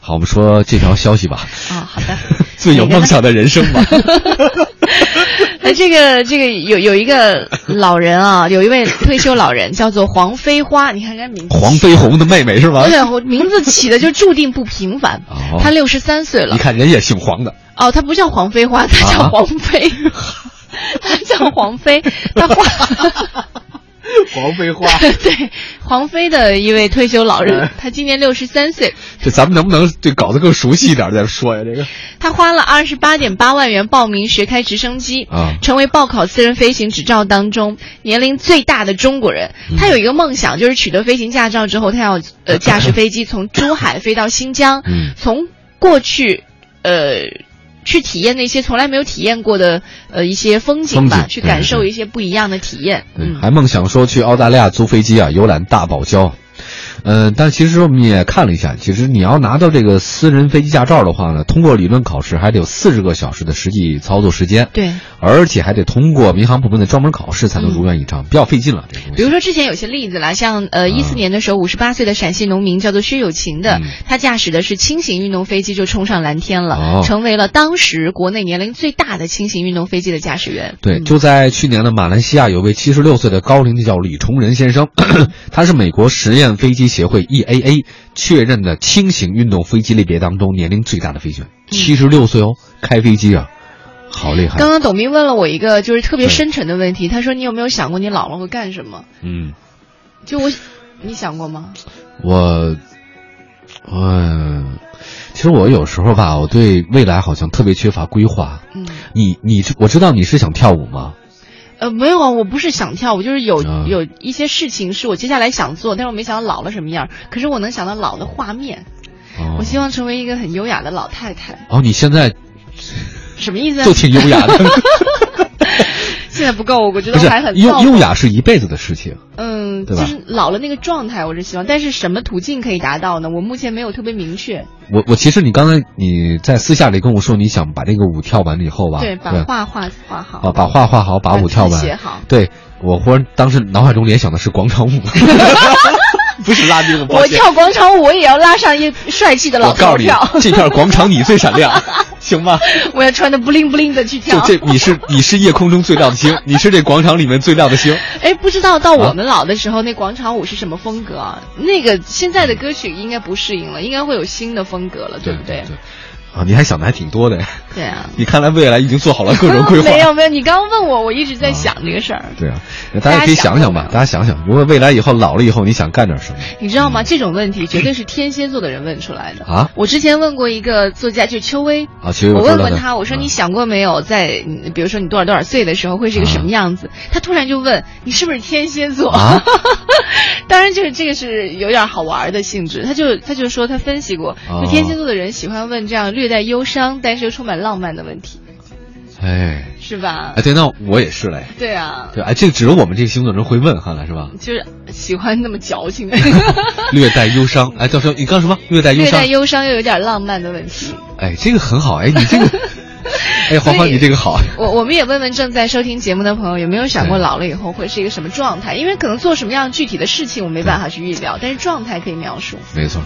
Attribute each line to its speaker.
Speaker 1: 好，我们说这条消息吧。。
Speaker 2: 啊、好的
Speaker 1: 最有梦想的人生 吧。
Speaker 2: 那这个这个有有一个老人啊，有一位退休老人叫做黄飞花，你看人家名字，
Speaker 1: 黄飞鸿的妹妹是吧？
Speaker 2: 对，我名字起的就注定不平凡。
Speaker 1: 哦
Speaker 2: 他六十三岁了
Speaker 1: 你，看人也姓黄的，
Speaker 2: 哦，他不叫黄飞花，他
Speaker 1: 啊
Speaker 2: 叫黄飞，他叫黄飞，他花。
Speaker 1: 黄飞花 嗯
Speaker 2: 对，黄飞的一位退休老人，他今年六十三岁，
Speaker 1: 这咱们能不能这搞得更熟悉一点再说呀？这个
Speaker 2: 他花了二十八点八万元报名学开直升机，
Speaker 1: 啊
Speaker 2: 成为报考私人飞行执照当中年龄最大的中国人。
Speaker 1: 嗯
Speaker 2: 他有一个梦想，就是取得飞行驾照之后，他要呃驾驶飞机从珠海飞到新疆，
Speaker 1: 嗯
Speaker 2: 从过去呃去体验那些从来没有体验过的呃一些风景吧，
Speaker 1: 风景
Speaker 2: 去
Speaker 1: 对
Speaker 2: 感受
Speaker 1: 对
Speaker 2: 一些不一样的体验。
Speaker 1: 对
Speaker 2: 嗯，
Speaker 1: 还梦想说去澳大利亚租飞机啊，游览大堡礁。嗯，但其实我们也看了一下，其实你要拿到这个私人飞机驾照的话呢，通过理论考试还得有四十个小时的实际操作时间，
Speaker 2: 对。嗯
Speaker 1: 而且还得通过民航部门的专门考试才能如愿以偿，比较费劲了这个东
Speaker 2: 比
Speaker 1: 西
Speaker 2: 如。说之前有些例子啦，像呃一四年的时候，五十八岁的陕西农民叫做薛有琴的，
Speaker 1: 啊嗯
Speaker 2: 他驾驶的是轻型运动飞机就冲上蓝天了，
Speaker 1: 哦
Speaker 2: 成为了当时国内年龄最大的轻型运动飞机的驾驶员。
Speaker 1: 对，
Speaker 2: 嗯
Speaker 1: 就在去年的马来西亚有位七十六岁的高龄的叫李崇仁先生， 他是美国实验飞机协会 EAA 确认的轻型运动飞机类别当中年龄最大的飞行员，
Speaker 2: 嗯
Speaker 1: 七十六岁哦，开飞机啊，好厉害
Speaker 2: 刚！刚董明问了我一个就是特别
Speaker 1: 对
Speaker 2: 深沉的问题，他说你有没有想过你老了会干什么？
Speaker 1: 嗯，
Speaker 2: 就我，你想过吗？
Speaker 1: 我，嗯，其实我有时候吧，我对未来好像特别缺乏规划。
Speaker 2: 嗯，
Speaker 1: 你你是我知道你是想跳舞吗？
Speaker 2: 呃，没有啊，我不是想跳，我就是有、
Speaker 1: 啊
Speaker 2: 有一些事情是我接下来想做，但是我没想到老了什么样。可是我能想到老的画面，
Speaker 1: 哦
Speaker 2: 我希望成为一个很优雅的老太太，
Speaker 1: 哦，你现在
Speaker 2: 什么意思啊？
Speaker 1: 就挺优雅 的，
Speaker 2: 现在不够，我觉
Speaker 1: 不
Speaker 2: 得
Speaker 1: 是
Speaker 2: 我还很
Speaker 1: 优
Speaker 2: 躁
Speaker 1: 优雅是一辈子的事情。
Speaker 2: 嗯，
Speaker 1: 对
Speaker 2: 就
Speaker 1: 吧
Speaker 2: 是老了那个状态，我是希望。但是什么途径可以达到呢？我目前没有特别明确。
Speaker 1: 我我其实你刚才你在私下里跟我说你想把这个舞跳完了以后吧，
Speaker 2: 对，
Speaker 1: 对，
Speaker 2: 把画画画好
Speaker 1: 啊，把画画好，把
Speaker 2: 把
Speaker 1: 舞跳
Speaker 2: 字写
Speaker 1: 完。
Speaker 2: 好。
Speaker 1: 对我忽然当时脑海中联想的是广场舞， 不是拉丁舞。抱
Speaker 2: 我
Speaker 1: 歉
Speaker 2: 跳广场舞，我也要拉上一帅气的老
Speaker 1: 我告
Speaker 2: 头
Speaker 1: 诉你
Speaker 2: 跳，，
Speaker 1: 这片广场你最闪亮，行吗？
Speaker 2: 我要穿的不灵不灵的去
Speaker 1: 就
Speaker 2: 跳。
Speaker 1: 这，你是你是夜空中最亮的星，你是这广场里面最亮的星。
Speaker 2: 哎，不知道到我们老的时候，那广场舞是什么风格啊？那个现在的歌曲应该不适应了，应该会有新的风格了，不对？
Speaker 1: 啊，你还想的还挺多的，
Speaker 2: 对啊。
Speaker 1: 你看来未来已经做好了各种规划。
Speaker 2: 没有没有，你刚刚问我，我一直在想这个事儿。
Speaker 1: 对啊，大家可以想想吧，大家想想，如果未来以后老了以后，你想干点什么？
Speaker 2: 你知道
Speaker 1: 嗯
Speaker 2: 吗？这种 问题绝对是天蝎座的人问出来的
Speaker 1: 啊
Speaker 2: 我之前问过一个作家，就是邱薇，
Speaker 1: 啊，其实
Speaker 2: 我
Speaker 1: 知道
Speaker 2: 问过
Speaker 1: 的
Speaker 2: 他，我说
Speaker 1: 嗯
Speaker 2: 你想过没有在，嗯比如说你多少多少岁的时候会是一个什么样子？他突然就问你是不是天蝎座？
Speaker 1: 嗯啊
Speaker 2: 当然，就是这个是有点好玩的性质。他就他就说他分析过，
Speaker 1: 哦
Speaker 2: 就天蝎座的人喜欢问这样略带忧伤但是又充满浪漫的问题，
Speaker 1: 哎，
Speaker 2: 是吧
Speaker 1: 哎，？对，那我也是嘞。
Speaker 2: 对啊，
Speaker 1: 对，哎，这只有我们这个星座人会问，看来是吧？
Speaker 2: 就是喜欢那么 矫情 的，
Speaker 1: 略带忧伤，哎，叫什么？你刚什么？略带忧
Speaker 2: 略
Speaker 1: 伤
Speaker 2: 带，忧伤又有点浪漫的问题。
Speaker 1: 哎，这个很好，哎，你这个， 哎，黄
Speaker 2: 所
Speaker 1: 黄，
Speaker 2: 以
Speaker 1: 你这个好，
Speaker 2: 我我们也问问正在收听节目的朋友，有没有想过老了以后会是一个什么状态？因为可能做什么样具体的事情，我没办法去预料，但是状态可以描述。
Speaker 1: 没错。